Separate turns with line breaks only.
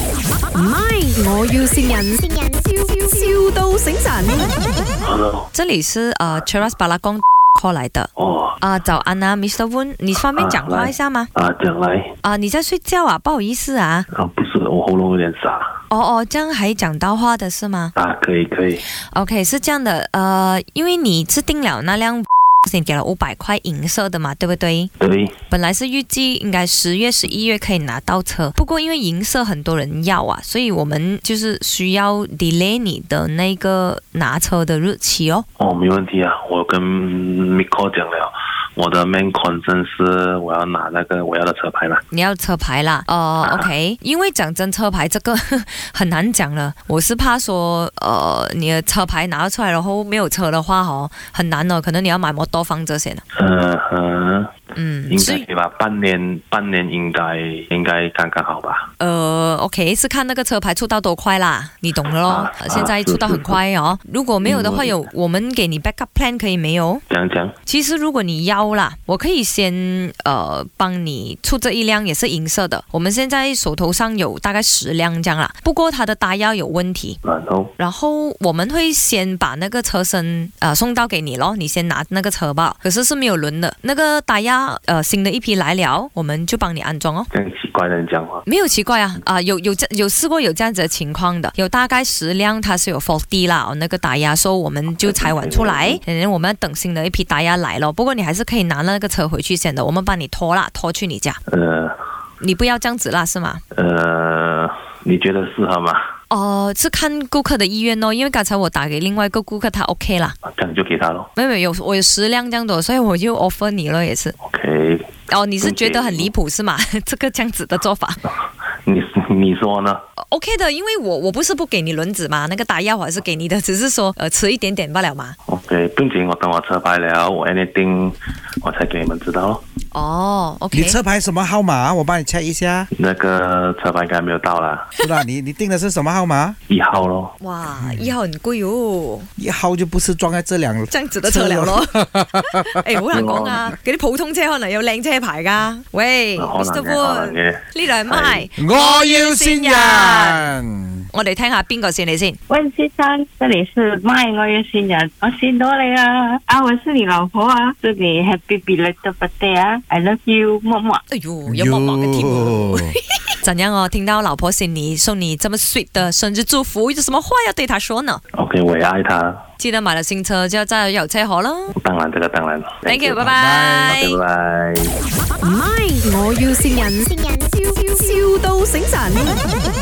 唔係，我要善人，笑笑到醒神。
Hello，
这里是呃 Cheras 巴拉贡 call 来的
哦，
啊、早安啊，Mr. Wen，你方便讲话一下吗？
啊，讲来
啊、你在睡觉啊？不好意思啊。
啊，不是，我喉咙有点沙
哦哦，这样还讲到话的是吗
啊，可以可以，
？OK，是这样的，呃，因为你制定了那辆，你给了五百块银色的嘛，对不对？
对，
本来是预计应该十月、十一月可以拿到车，不过因为银色很多人要啊，所以我们就是需要 delay 你的那个拿车的日期哦。
哦，没问题啊，我跟 Miko 讲了，我的 main concern 是我要拿那个我要的车牌嘛，
你要车牌啦，哦、o k 因为讲真，车牌这个 很难讲了。我是怕说，呃，你的车牌拿出来，然后没有车的话，哦，很难哦，可能你要买摩多方这些了。
嗯哼，
嗯，
应
所
该
以
可以吧，半年半年应该应该刚刚好吧，
呃，OK，是看那个车牌出到多快啦，你懂的咯
啊。啊
现在出到很快哦，如果没有的话，
嗯
有我们给你 backup plan 可以没有？
讲讲
其实如果你要啦，我可以先呃帮你出这一辆也是银色的，我们现在手头上有大概十辆这样啦，不过它的打压有问题。
然后
然后我们会先把那个车身呃送到给你咯，你先拿那个车吧。可是是没有轮的，那个打压呃新的一批来了，我们就帮你安装哦。
这样奇怪的人讲话，
没有奇怪啊啊、有有这有试过有这样子的情况的，有大概十辆它是有 f o r D 啦，哦那个打压，所以我们就才晚出来，然后我们要等新的一批打压来咯。不过你还是可以拿那个车回去先的，我们帮你拖啦，拖去你家，
呃
你不要这样子啦，是吗？
呃，你觉得适合吗？
哦、是看顾客的意愿哦，因为刚才我打给另外一个顾客，他 OK 啦。
啊这样就给他咯
没有没有，有我有十辆这样多，所以我就 offer 你了，也是。
，OK，
哦，你是觉得很离谱是吗？ 这个这样子的做法
你你说呢？
呃，OK 的，因为我我不是不给你轮子嘛，那个打压我还是给你的，只是说呃迟一点点罢了嘛。
OK，并且我等我车牌了，我 anything 我才给你们知道咯。
哦
你
，OK，
车牌什么号码啊？我帮你 check 一下。
那个车牌应该没有到啦，
是啦，你你定的是什么号码？
一号咯。
哇，一号很贵哦，
一号就不是装在这两
这樣子都車了咯。 诶，好難講啊，嗰啲普通車可能有靚車牌㗎。喂
可能嘅，可
，Mr.
能
Wood，呢
嘅。
度係咪？
我要先人。
我哋聽下邊個先你先。
温先生，这里是麦我要新人，我见到你啊！啊，我是你老婆啊，祝你 Happy belated birthday 啊！I love you，么么。
哎呦，有默默嘅添喎。怎样哦？听到老婆心里送你这么 sweet 的生日祝福，有什么话要对她说呢？
OK，我也爱他，
记得买了新车就要再有车河喽。
当然这个当然。
Thank you，拜拜
拜。
拜拜。
唔係，我要善人，笑笑到醒神。